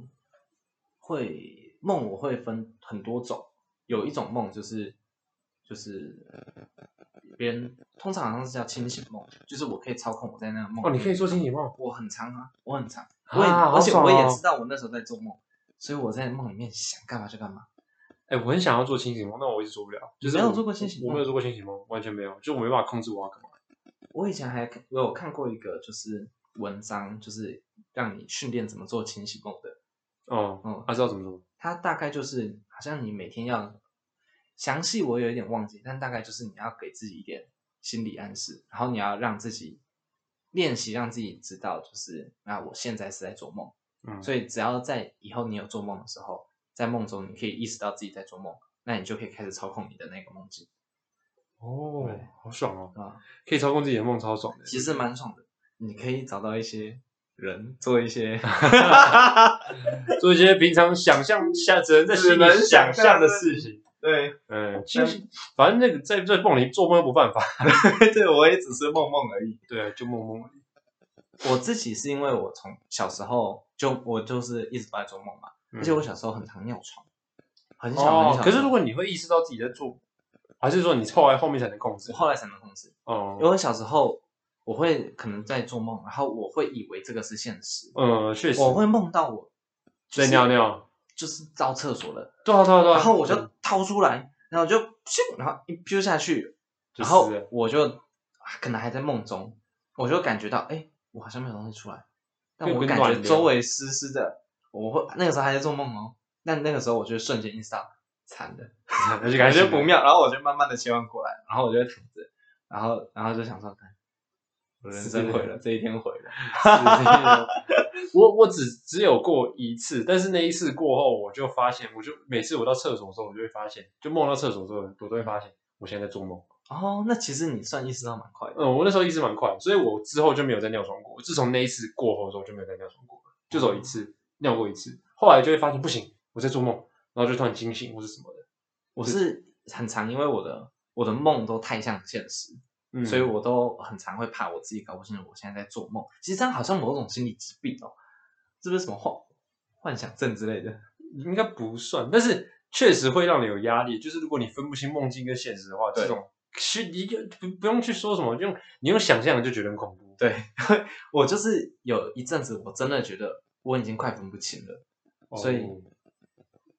Speaker 1: 会梦我会分很多种，有一种梦就是就是别人通常好像是叫清醒梦，就是我可以操控我在那个梦。
Speaker 2: 哦，你可以做清，醒梦，
Speaker 1: 我很长啊，我很长，
Speaker 2: 啊
Speaker 1: 我也、
Speaker 2: 好
Speaker 1: 而且
Speaker 2: 爽
Speaker 1: 我也
Speaker 2: 哦
Speaker 1: 知道我那时候在做梦，所以我在梦里面想干嘛就干嘛。
Speaker 2: 哎、我很想要做清醒梦，但我一直做不了，就是
Speaker 1: 你没有
Speaker 2: 我
Speaker 1: 做过清醒梦
Speaker 2: 我没有做过清醒梦，完全没有，就我没办法控制我要干嘛。
Speaker 1: 我以前还看我有看过一个就是文章，就是让你训练怎么做清醒梦的，
Speaker 2: 哦、
Speaker 1: 嗯
Speaker 2: 他、知道怎么做。
Speaker 1: 它大概就是好像你每天要详细，我有一点忘记，但大概就是你要给自己一点心理暗示，然后你要让自己练习，让自己知道，就是那我现在是在做梦，
Speaker 2: 嗯，
Speaker 1: 所以只要在以后你有做梦的时候，在梦中你可以意识到自己在做梦，那你就可以开始操控你的那个梦境
Speaker 2: 哦
Speaker 1: 对，
Speaker 2: 好爽哦！
Speaker 1: 啊，
Speaker 2: 可以操控自己的梦，超爽的。
Speaker 1: 其实蛮爽的，你可以找到一些人做一些
Speaker 2: 做一些平常想象下只能在心
Speaker 1: 只
Speaker 2: 里
Speaker 1: 能
Speaker 2: 想
Speaker 1: 想
Speaker 2: 象
Speaker 1: 象
Speaker 2: 的
Speaker 1: 的哦
Speaker 2: 事情。
Speaker 1: 对
Speaker 2: 嗯，其实反正那个在在梦里做梦又不犯法。
Speaker 1: 对，我也只是梦梦而已。
Speaker 2: 对啊，就梦梦而已。
Speaker 1: 我自己是因为我从小时候就我就是一直都在做梦嘛，而且我小时候很常尿床，很小很
Speaker 2: 嗯哦
Speaker 1: 小，的时候。
Speaker 2: 可是如果你会意识到自己在做，还是说你后来后面才能控制
Speaker 1: 我？后来才能控制，
Speaker 2: 哦
Speaker 1: 因为，我小时候我会可能在做梦，然后我会以为这个是现实，
Speaker 2: 呃，确实。
Speaker 1: 我会梦到我
Speaker 2: 在尿，尿。
Speaker 1: 就是到厕所了，
Speaker 2: 对啊，对啊，对啊。
Speaker 1: 然后我 就掏出来，然后就咻，然后一丢下去，
Speaker 2: 就
Speaker 1: 然
Speaker 2: 是了
Speaker 1: 后我就啊可能还在梦中，我就感觉到哎，诶我好像没有东西出来，但
Speaker 2: 有
Speaker 1: 我
Speaker 2: 个
Speaker 1: 感
Speaker 2: 暖
Speaker 1: 觉
Speaker 2: 流
Speaker 1: 周围湿湿的，我会那个时候还在做梦哦，但那个时候我就瞬间意识到惨了。
Speaker 2: 那就
Speaker 1: 感
Speaker 2: 感
Speaker 1: 觉
Speaker 2: 觉
Speaker 1: 不。妙，然后我就慢慢的切换过来，然后我就躺着，然后然后就想说，哎看我人生毁了，这一天毁了，
Speaker 2: 我我只只有过一次，但是那一次过后，我就发现，我就每次我到厕所的时候，我就会发现，就梦到厕所的时候，我都会发现我现在在做梦。
Speaker 1: 哦，那其实你算意识到蛮快的，
Speaker 2: 嗯，我那时候意识蛮快，所以我之后就没有再尿床过。自从那一次过后之后，就没有再尿床过了，就走一次尿过一次，后来就会发现不行，我在做梦，然后就突然惊醒或是什么的。
Speaker 1: 我是很常因为我的我的梦都太像现实，
Speaker 2: 嗯
Speaker 1: 所以我都很常会怕我自己搞不清楚我现在在做梦。其实这样好像某种心理疾病哦，是不是什么幻幻想症之类的？
Speaker 2: 应该不算，但是确实会让你有压力。就是如果你分不清梦境跟现实的话，
Speaker 1: 对
Speaker 2: 这种去你就不不用去说什么，用你用想象的就觉得很恐怖。
Speaker 1: 对， 我就是有一阵子我真的觉得我已经快分不清了。
Speaker 2: 哦
Speaker 1: 所以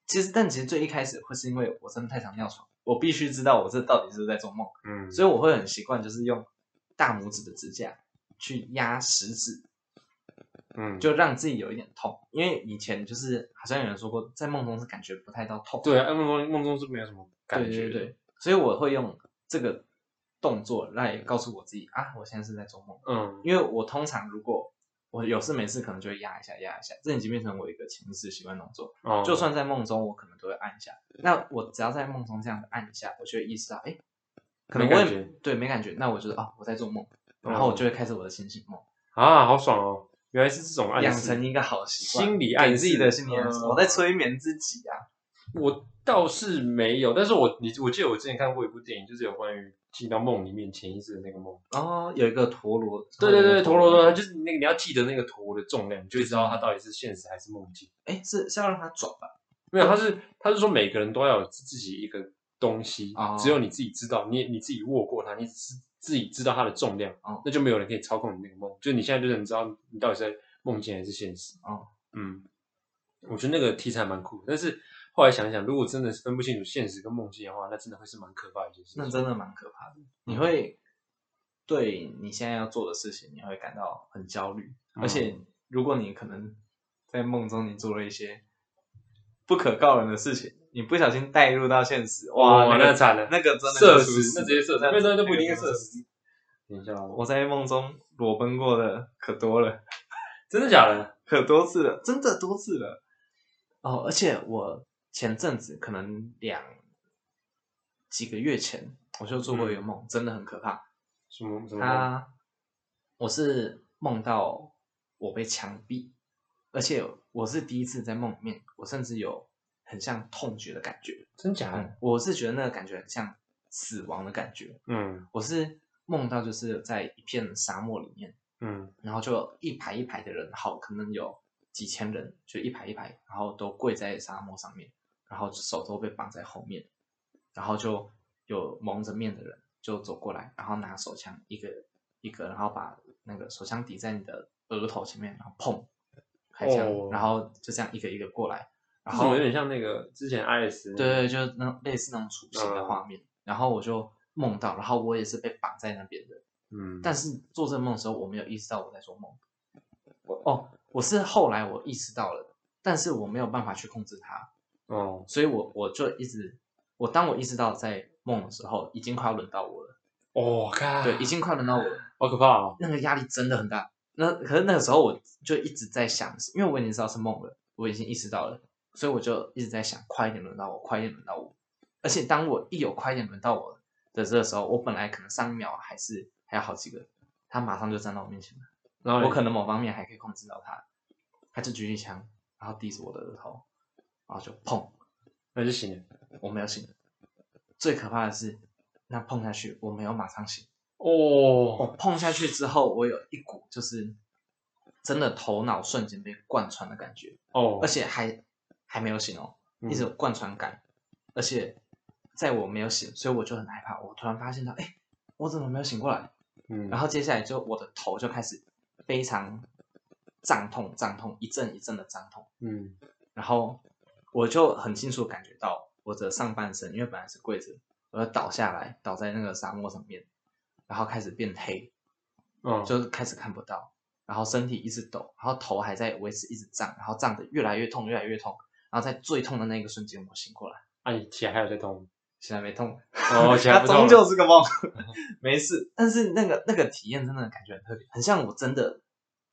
Speaker 1: 其实，但其实最一开始会是因为我真的太常尿床，我必须知道我这到底是不是在做梦，
Speaker 2: 嗯，
Speaker 1: 所以我会很习惯就是用大拇指的指甲去压食指，
Speaker 2: 嗯
Speaker 1: 就让自己有一点痛。因为以前就是好像有人说过，在梦中是感觉不太到痛。
Speaker 2: 对啊，梦中梦中是没有什么感
Speaker 1: 对
Speaker 2: 觉
Speaker 1: 对
Speaker 2: 的。
Speaker 1: 对，所以我会用这个动作来告诉我自己啊，我现在是在做梦。
Speaker 2: 嗯，
Speaker 1: 因为我通常如果我有事没事，可能就会压一下压一下，这已经变成我一个潜意识习惯动作。
Speaker 2: 哦
Speaker 1: 就算在梦中，我可能都会按一下。那我只要在梦中这样子按一下，我就会意识到，哎，可能
Speaker 2: 没
Speaker 1: 我
Speaker 2: 感
Speaker 1: 也
Speaker 2: 觉
Speaker 1: 对没感觉，那我觉得哦我在做梦，
Speaker 2: 嗯
Speaker 1: 然后我就会开始我的清醒梦，
Speaker 2: 啊，好爽哦！原来是这种暗示
Speaker 1: 养成一个好习惯，
Speaker 2: 心理暗示
Speaker 1: 给自己的心理暗示，
Speaker 2: 嗯
Speaker 1: 我在催眠自己啊。
Speaker 2: 我倒是没有，但是我你我记得我之前看过一部电影，就是有关于进到梦里面潜意识的那个梦。
Speaker 1: 哦，有一个陀螺，
Speaker 2: 对对对，陀螺陀，螺就是那个你要记得那个陀的重量，你就会知道它到底是现实还是梦境。
Speaker 1: 哎，是是要让它转吧？
Speaker 2: 没有，他是他是说每个人都要有自己一个东西，
Speaker 1: 哦
Speaker 2: 只有你自己知道，你你自己握过它，你只自己知道它的重量，
Speaker 1: 哦
Speaker 2: 那就没有人可以操控你那个梦。就你现在就能知道你到底是在梦境还是现实。
Speaker 1: 哦，
Speaker 2: 嗯，我觉得那个题材蛮酷的，但是后来想一想，如果真的是分不清楚现实跟梦境的话，那真的会是蛮可怕的一件事情。
Speaker 1: 那真的蛮可怕的。嗯你会对你现在要做的事情，你会感到很焦虑，
Speaker 2: 嗯
Speaker 1: 而且如果你可能在梦中你做了一些不可告人的事情，你不小心带入到现实，哇，
Speaker 2: 哇，
Speaker 1: 那
Speaker 2: 那
Speaker 1: 个
Speaker 2: 惨了，
Speaker 1: 那个真的
Speaker 2: 社
Speaker 1: 就
Speaker 2: 死
Speaker 1: 出事，
Speaker 2: 那直接社死，
Speaker 1: 那
Speaker 2: 那那那不一定是
Speaker 1: 那个
Speaker 2: 社
Speaker 1: 真的
Speaker 2: 死。等一下，哦我
Speaker 1: 我在梦中裸奔过的可多了，
Speaker 2: 真的假的？
Speaker 1: 可多次了，真的多次了。哦，而且我前阵子可能两几个月前，我就做过一个梦，真的很可怕。
Speaker 2: 什么什么？
Speaker 1: 他，我是梦到我被枪毙，而且我是第一次在梦里面，我甚至有很像痛觉的感觉。
Speaker 2: 真假的？
Speaker 1: 嗯，我是觉得那个感觉很像死亡的感觉。
Speaker 2: 嗯
Speaker 1: 我是梦到就是在一片沙漠里面，
Speaker 2: 嗯
Speaker 1: 然后就一排一排的人，好，可能有几千人，就一排一排，然后都跪在沙漠上面，然后手都被绑在后面，然后就有蒙着面的人就走过来，然后拿手枪一个一个，然后把那个手枪抵在你的额头前面，然后砰开枪，
Speaker 2: 哦
Speaker 1: 然后就这样一个一个过来，然
Speaker 2: 这种
Speaker 1: 后
Speaker 2: 有点像那个之前 IS
Speaker 1: 对对，就是那类似那种处刑的画面，然后我就梦到，然后我也是被绑在那边的，
Speaker 2: 嗯，
Speaker 1: 但是做这个梦的时候，我没有意识到我在做梦。我哦，我是后来我意识到了，但是我没有办法去控制它，
Speaker 2: 哦，
Speaker 1: 所以我我就一直，我当我意识到在梦的时候，已经快要轮到我了，
Speaker 2: 哦，看，
Speaker 1: 对，已经快轮到我了，
Speaker 2: 好可怕哦，
Speaker 1: 那个压力真的很大。那可是那个时候我就一直在想，因为我已经知道是梦了，我已经意识到了，所以我就一直在想，快一点轮到我，快一点轮到我。而且当我一有快一点轮到我的这个时候，我本来可能上一秒还是还有好几个，他马上就站到我面前了。
Speaker 2: 然后
Speaker 1: 我
Speaker 2: 你
Speaker 1: 可能某方面还可以控制到他，他就举起枪，然后抵着我的额头，然后就砰，
Speaker 2: 那就行了，
Speaker 1: 我没有醒。最可怕的是，那碰下去我没有马上醒，我
Speaker 2: 哦，
Speaker 1: 碰下去之后，我有一股就是真的头脑瞬间被贯穿的感觉，
Speaker 2: 哦，
Speaker 1: 而且还还没有醒哦，一直有贯穿感，而且在我没有醒，所以我就很害怕，我突然发现到，哎，我怎么没有醒过来？
Speaker 2: 嗯，
Speaker 1: 然后接下来就我的头就开始非常胀痛，胀痛一阵一阵的胀痛，
Speaker 2: 嗯
Speaker 1: 然后我就很清楚地感觉到我的上半身，因为本来是跪着，我就倒下来，倒在那个沙漠上面，然后开始变黑，
Speaker 2: 嗯，
Speaker 1: 就是开始看不到，然后身体一直抖，然后头还在维持一直胀，然后胀得越来越痛，越来越痛，然后在最痛的那个瞬间我醒过来，
Speaker 2: 啊，你起来还有在动，
Speaker 1: 现在没痛，
Speaker 2: 哦，起来
Speaker 1: 它
Speaker 2: 不动
Speaker 1: 终
Speaker 2: 了
Speaker 1: 究是个梦， 没事。但是那个那个体验真的感觉很特别，很像我真的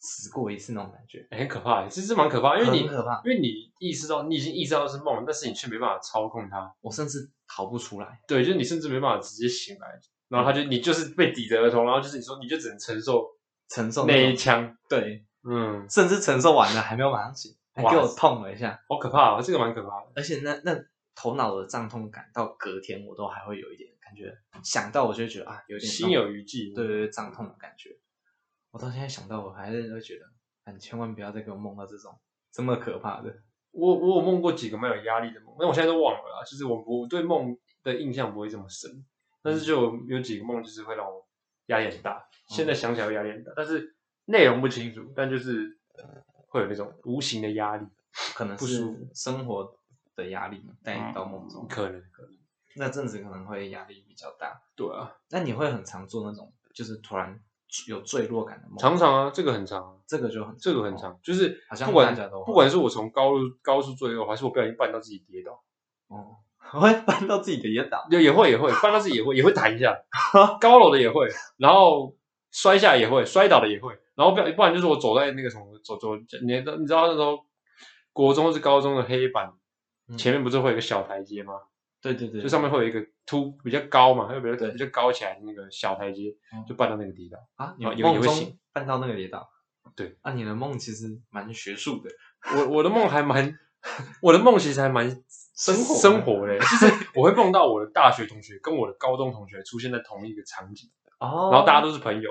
Speaker 1: 死过一次那种感觉，
Speaker 2: 哎很可怕，其实蛮可怕，因为你
Speaker 1: 很可怕。
Speaker 2: 因为你意识到你已经意识到是梦，但是你却没办法操控它，
Speaker 1: 我甚至逃不出来。
Speaker 2: 对，就是你甚至没办法直接醒来，然后他就你就是被抵着额头，然后就是你说你就只能承受
Speaker 1: 承受
Speaker 2: 那
Speaker 1: 那
Speaker 2: 一
Speaker 1: 种
Speaker 2: 枪，
Speaker 1: 对，
Speaker 2: 嗯，
Speaker 1: 甚至承受完了还没有马上醒，还
Speaker 2: 哇
Speaker 1: 给我痛了一下，
Speaker 2: 好可怕哦，这个蛮可怕的，
Speaker 1: 而且那那头脑的胀痛感到隔天我都还会有一点开感觉想到我就会觉得啊，有点
Speaker 2: 心有余悸。
Speaker 1: 对对对胀痛的感觉。我到现在想到，我还是会觉得，啊，你千万不要再给我梦到这种这么可怕的。
Speaker 2: 我我有梦过几个蛮有压力的梦，但我现在都忘了啊。就是我不我对梦的印象不会这么深，但
Speaker 1: 嗯
Speaker 2: 是就有有几个梦就是会让我压力很大。现
Speaker 1: 嗯
Speaker 2: 在想起来会压力很大，但是内容不清楚，但就是会有那种无形的压力，
Speaker 1: 可能
Speaker 2: 不
Speaker 1: 是
Speaker 2: 舒服嗯
Speaker 1: 生活的压力带到梦中，
Speaker 2: 可能可能
Speaker 1: 那阵子可能会压力比较大。
Speaker 2: 对啊，
Speaker 1: 那你会很常做那种就是突然有坠落感的梦？
Speaker 2: 常常啊，这个很长、啊。
Speaker 1: 这个就很
Speaker 2: 这个很
Speaker 1: 常
Speaker 2: 长，就是
Speaker 1: 哦好像
Speaker 2: 不管
Speaker 1: 大家都会
Speaker 2: 不管是我从高路高速坠落，还是我不小心绊到自己跌倒，
Speaker 1: 哦， 我会搬到自己的野岛。
Speaker 2: 也也会也会绊到自己也会也会弹一下，高楼的也会，然后摔下也会，摔倒的也会，然后不然不然就是我走在那个什么走走，你知道你知道那时候国中或是高中的黑板、
Speaker 1: 嗯
Speaker 2: 前面不是会有一个小台阶吗？
Speaker 1: 对对对，
Speaker 2: 就上面会有一个凸比较高嘛，会比较
Speaker 1: 对
Speaker 2: 比较高起来的那个小台阶
Speaker 1: 嗯，
Speaker 2: 就绊到那个地方。
Speaker 1: 啊，你
Speaker 2: 哦有
Speaker 1: 梦
Speaker 2: 有会
Speaker 1: 中
Speaker 2: 醒
Speaker 1: 搬到那个野岛。
Speaker 2: 对
Speaker 1: 啊，你的梦其实蛮学术的，
Speaker 2: 我我的梦还蛮，我的梦其实还蛮
Speaker 1: 生活的
Speaker 2: 生活的，就是我会梦到我的大学同学跟我的高中同学出现在同一个场景，
Speaker 1: 哦
Speaker 2: 然后大家，都是朋友，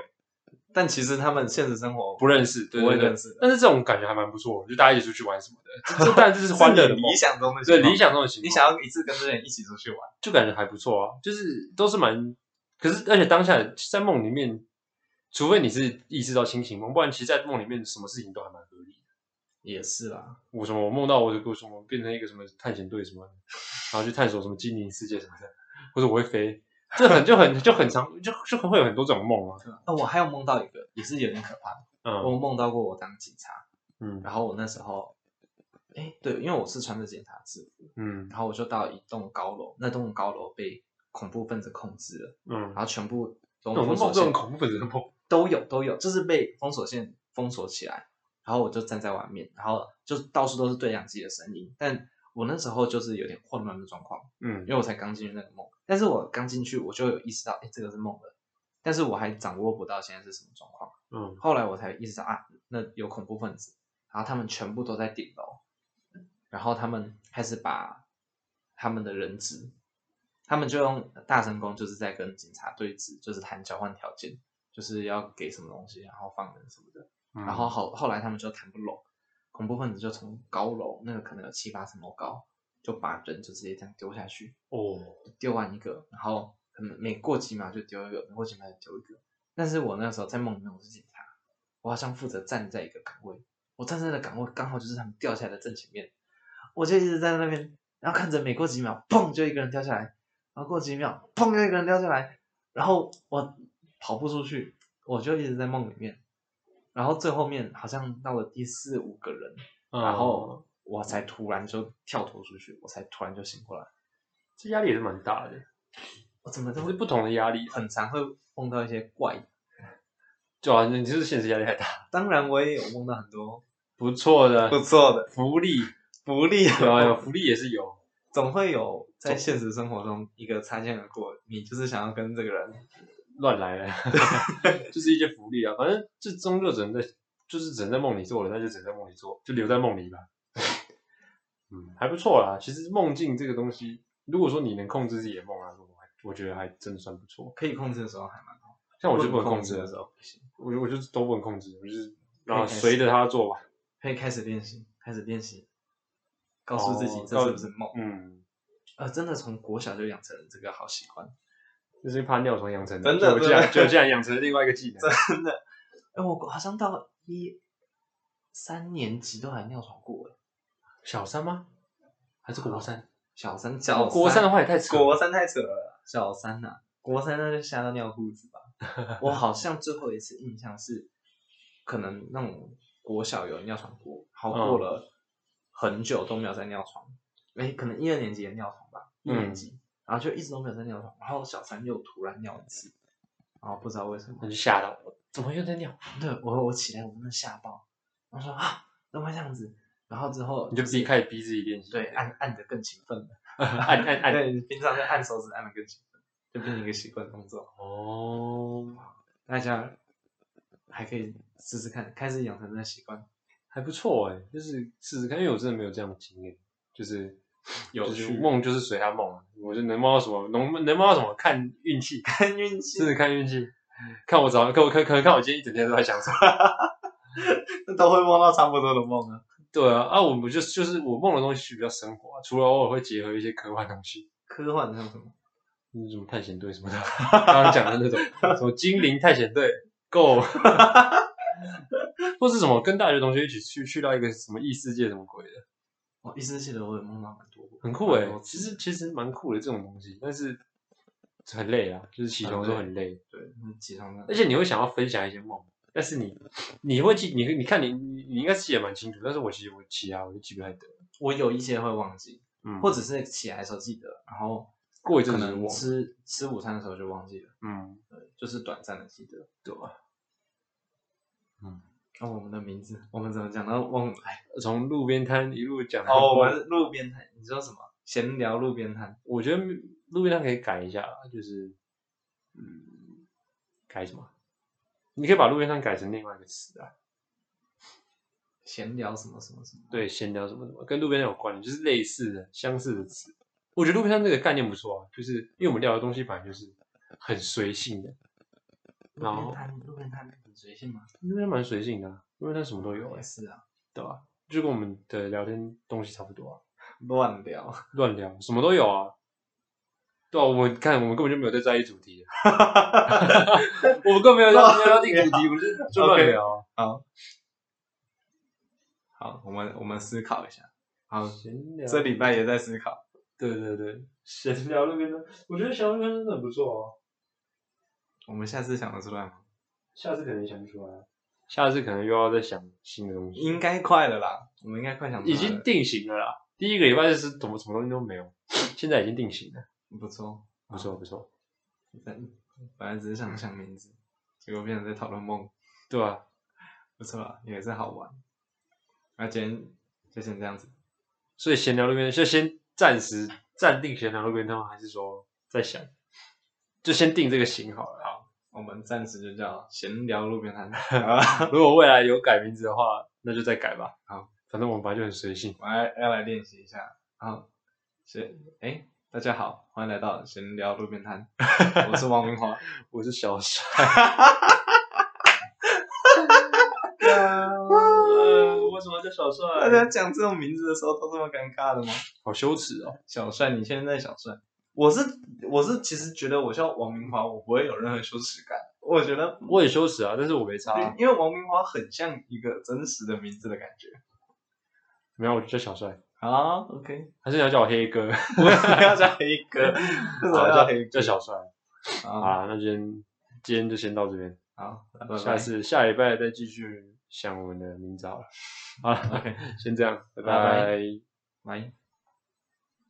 Speaker 1: 但其实他们现实生活
Speaker 2: 不认识，对
Speaker 1: 不会
Speaker 2: 对对
Speaker 1: 认识的，
Speaker 2: 但是这种感觉还蛮不错，就大家一起出去玩什么 的，这这当然这是欢乐
Speaker 1: 是
Speaker 2: 的
Speaker 1: 你
Speaker 2: 梦
Speaker 1: 理，想中的
Speaker 2: 对
Speaker 1: 情况
Speaker 2: 理，想中的情
Speaker 1: 你
Speaker 2: 况，
Speaker 1: 想要一次跟这些人一起出去玩，
Speaker 2: 就感觉还不错啊，就是都是蛮，可是而且当下在梦里面，除非你是意识到清醒梦，不然其实在梦里面什么事情都还蛮合理的。
Speaker 1: 也是啦。
Speaker 2: 我什么我梦到我我什么变成一个什么探险队什么的，然后去探索什么精灵世界什么的，或者我会飞，这很就很就很常就就会有很多这种梦啊。
Speaker 1: 啊，我还有梦到一个，也是有点可怕的。
Speaker 2: 嗯
Speaker 1: 我梦到过我当警察，
Speaker 2: 嗯
Speaker 1: 然后我那时候，哎，对，因为我是穿着警察制服，
Speaker 2: 嗯
Speaker 1: 然后我就到一栋高楼，那栋高楼被恐怖分子控制了，
Speaker 2: 嗯
Speaker 1: 然，后全部都
Speaker 2: 这种
Speaker 1: 封
Speaker 2: 梦
Speaker 1: 锁
Speaker 2: 这种
Speaker 1: 线，
Speaker 2: 恐怖分子的梦，
Speaker 1: 都有都有，就是被封锁线封锁起来，然后我就站在外面，然后就到处都是对讲机的声音，但我那时候就是有点混乱的状况。
Speaker 2: 嗯
Speaker 1: 因为我才刚进去那个梦。但是我刚进去，我就有意识到，哎，这个是梦了。但是我还掌握不到现在是什么状况。
Speaker 2: 嗯
Speaker 1: 后来我才意识到啊，那有恐怖分子，然后他们全部都在顶楼，然后他们开始把他们的人质，他们就用大神功，就是在跟警察对峙，就是谈交换条件，就是要给什么东西，然后放人什么的。
Speaker 2: 嗯，
Speaker 1: 然后后后来他们就谈不拢，恐怖分子就从高楼那个可能有七八层楼高，就把人就直接这样丢下去，
Speaker 2: 哦，
Speaker 1: 丢完一个，然后可能每过几秒就丢一个，每过几秒就丢一个。但是我那时候在梦里面我是警察，我好像负责站在一个岗位，我站在的岗位刚好就是他们掉下来的正前面，我就一直在那边，然后看着每过几秒，砰就一个人掉下来，然后过几秒，砰又一个人掉下来，然后我跑不出去，我就一直在梦里面，然后最后面好像到了第四五个人，
Speaker 2: 哦
Speaker 1: 然后我才突然就跳脱出去，我才突然就醒过来，
Speaker 2: 这压力也是蛮大的，
Speaker 1: 我怎么这
Speaker 2: 这
Speaker 1: 么
Speaker 2: 是不同的压力啊，
Speaker 1: 很常会梦到一些怪。
Speaker 2: 就好像你就是现实压力太大，
Speaker 1: 当然，我也有梦到很多
Speaker 2: 不错的
Speaker 1: 不错的
Speaker 2: 福利，
Speaker 1: 福利的
Speaker 2: 有有
Speaker 1: 梦，
Speaker 2: 福利也是有，
Speaker 1: 总会有在现实生活中一个擦肩而过，你就是想要跟这个人，
Speaker 2: 乱来了， 就是一些福利啊。反正这终究只能在，就是只能在梦里做了，那就只能在梦里做，就留在梦里吧。嗯，还不错啦。其实梦境这个东西，如果说你能控制自己的梦啊，我还我觉得还真的算不错。
Speaker 1: 可以控制的时候还蛮好，
Speaker 2: 像我就
Speaker 1: 不
Speaker 2: 不能
Speaker 1: 能控
Speaker 2: 控
Speaker 1: 制
Speaker 2: 制
Speaker 1: 的
Speaker 2: 了
Speaker 1: 时，候不行，
Speaker 2: 我就我就是都不能控制，我就是
Speaker 1: 可以
Speaker 2: 然后
Speaker 1: 开始
Speaker 2: 随着它做吧。
Speaker 1: 可以开始练习，开始练习，告诉自己
Speaker 2: 哦
Speaker 1: 这是不是梦。
Speaker 2: 嗯，
Speaker 1: 呃，真的从国小就养成了这个好习惯，
Speaker 2: 就是怕尿床养成
Speaker 1: 真的
Speaker 2: 就这样
Speaker 1: 真的
Speaker 2: 就这样养成了另外一个技能。
Speaker 1: 真的。哎，我好像到一三年级都还尿床过，哎
Speaker 2: 小三吗？还是国三？
Speaker 1: 小三小
Speaker 2: 哦国三的话也太扯了
Speaker 1: 国三太扯了，小三呐、国三那就吓到尿裤子吧。 我好像最后一次印象是，可能那种国小有尿床过，好过了很久都没有在尿床，哎、可能一二年级也尿床吧，一年级，然后就一直都没有在尿床，然后小三又突然尿一次，然后不知道为什么
Speaker 2: 我，就吓到我，怎么又在尿？
Speaker 1: 对我我起来我真的吓爆，我说啊怎么会这样子？然后之后
Speaker 2: 你就自己
Speaker 1: 是
Speaker 2: 开始逼自己练习。
Speaker 1: 对按按的更勤奋了。
Speaker 2: 按按按
Speaker 1: 对，平常就按手指按的更勤奋，就变成一个习惯动作。
Speaker 2: 哦，
Speaker 1: 大家还可以试试看，开始养成这个习惯。
Speaker 2: 欸还不错哎、就是试试看，因为我真的没有这样的经验，就是
Speaker 1: 有
Speaker 2: 就是
Speaker 1: 趣，
Speaker 2: 梦就是随他梦，啊我就能梦到什么，能能梦到什么，看运气，
Speaker 1: 看运气
Speaker 2: 真。的看运气，看我早，看我看可能看我今天一整天都在想什么。
Speaker 1: 都会梦到差不多的梦啊。
Speaker 2: 对啊，啊，我们就就是我梦的东西比较生活啊、除了偶尔会结合一些科幻东西，
Speaker 1: 科幻像什么？
Speaker 2: 嗯，什么探险队 什么的，刚刚讲的那种， 什么精灵探险队，Go，或是什么跟大学同学一起去去到一个什么异世界什么鬼的，
Speaker 1: 我一直记得我有梦到蛮多过，
Speaker 2: 很酷欸嗯诶、
Speaker 1: 蛮
Speaker 2: 哎
Speaker 1: 多次
Speaker 2: 其实其实蛮酷的这种东西，但是很累啊，就是起床的时候很累。
Speaker 1: 对，那几张的
Speaker 2: 而且你会想要分享一些梦，但是你你会记，你你看你你你应该记得蛮清楚，但是我其实我其他我就记不太得，
Speaker 1: 我有一些会忘记，
Speaker 2: 嗯，
Speaker 1: 或者是起来的时候记得，然后
Speaker 2: 过一阵
Speaker 1: 可
Speaker 2: 子就忘
Speaker 1: 能
Speaker 2: 了，
Speaker 1: 吃吃午餐的时候就忘记了，
Speaker 2: 嗯，
Speaker 1: 对，就是短暂的记得。
Speaker 2: 对吧？嗯，
Speaker 1: 哦，我们的名字，我们怎么讲到忘了？
Speaker 2: 从路边摊一路讲到
Speaker 1: 哦，我
Speaker 2: 梦
Speaker 1: 们 是路边摊，你说什么？闲聊路边摊，
Speaker 2: 我觉得路边摊可以改一下，就是嗯，改什么？你可以把路边摊改成另外一个词啊，
Speaker 1: 闲聊什么什么什么？
Speaker 2: 对，闲聊什么什么，跟路边摊有关的，就是类似的、相似的词。我觉得路边摊这个概念不错啊，就是因为我们聊的东西本来就是很随性的，
Speaker 1: 路
Speaker 2: 然后
Speaker 1: 边摊，路边摊很随性吗？
Speaker 2: 路边摊蛮随性的、啊，路边摊什么都有哎、
Speaker 1: 也是啊，
Speaker 2: 对吧、就跟我们的聊天东西差不多啊，
Speaker 1: 乱 聊。
Speaker 2: 乱聊什么都有啊。对啊，我们看我们根本就没有在在意主题，啊 我们根本没有在没有要定主题，我们就就乱聊啊。
Speaker 1: 好，好，我们我们思考一下。好，
Speaker 2: 闲聊
Speaker 1: 这礼拜也在思考。
Speaker 2: 对对对，闲聊路边摊，我觉得闲聊路边摊真的很不错哦。
Speaker 1: 我们下次想得出来吗？
Speaker 2: 下次可能想不出来，下次可能又要再想新的东西，
Speaker 1: 应该快了啦，我们应该快想出来
Speaker 2: 已
Speaker 1: 了
Speaker 2: 经定型了啦。第一个礼拜就是怎么什么东西都没有，现在已经定型了，
Speaker 1: 不错。
Speaker 2: 不错不错。
Speaker 1: 本本来只是想想名字，结果变成在讨论梦，
Speaker 2: 对啊，
Speaker 1: 不错啦，也是好玩。那今天就先这样子，
Speaker 2: 所以闲聊路边就先暂时暂定闲聊路边摊，还是说在想，就先定这个型好了。好，
Speaker 1: 我们暂时就叫闲聊路 边摊。好啦
Speaker 2: 如果未来有改名字的话，那就再改吧。
Speaker 1: 好，
Speaker 2: 反正我们本来就很随性。
Speaker 1: 我们来要来练习一下。好，闲哎，大家好，欢迎来到闲聊路边摊，我是王明华。
Speaker 2: 我是小 帅，呃为什么叫小
Speaker 1: 大家
Speaker 2: 帅？
Speaker 1: 讲这种名字的时候都这么尴尬的吗？
Speaker 2: 好羞耻哦！
Speaker 1: 小帅，你现在小帅，我是我是其实觉得我叫王明华，我不会有任何羞耻感。我觉得，
Speaker 2: 我也羞耻啊，但是我没差啊、
Speaker 1: 因为王明华很像一个真实的名字的感觉。
Speaker 2: 没有，我就叫小帅。
Speaker 1: 好，OK，啊
Speaker 2: 还是你要叫我黑哥？
Speaker 1: 我不 要叫黑哥，为什么
Speaker 2: 好
Speaker 1: 要黑
Speaker 2: 叫小帅。
Speaker 1: 哥？
Speaker 2: 好
Speaker 1: 好，
Speaker 2: 啦，那今天今天就先到这边，
Speaker 1: 好，拜拜
Speaker 2: 下次下礼拜再继续想我们的名字好了。好了，
Speaker 1: ，OK，
Speaker 2: 先这样，拜
Speaker 1: 拜拜
Speaker 2: 拜
Speaker 1: 来。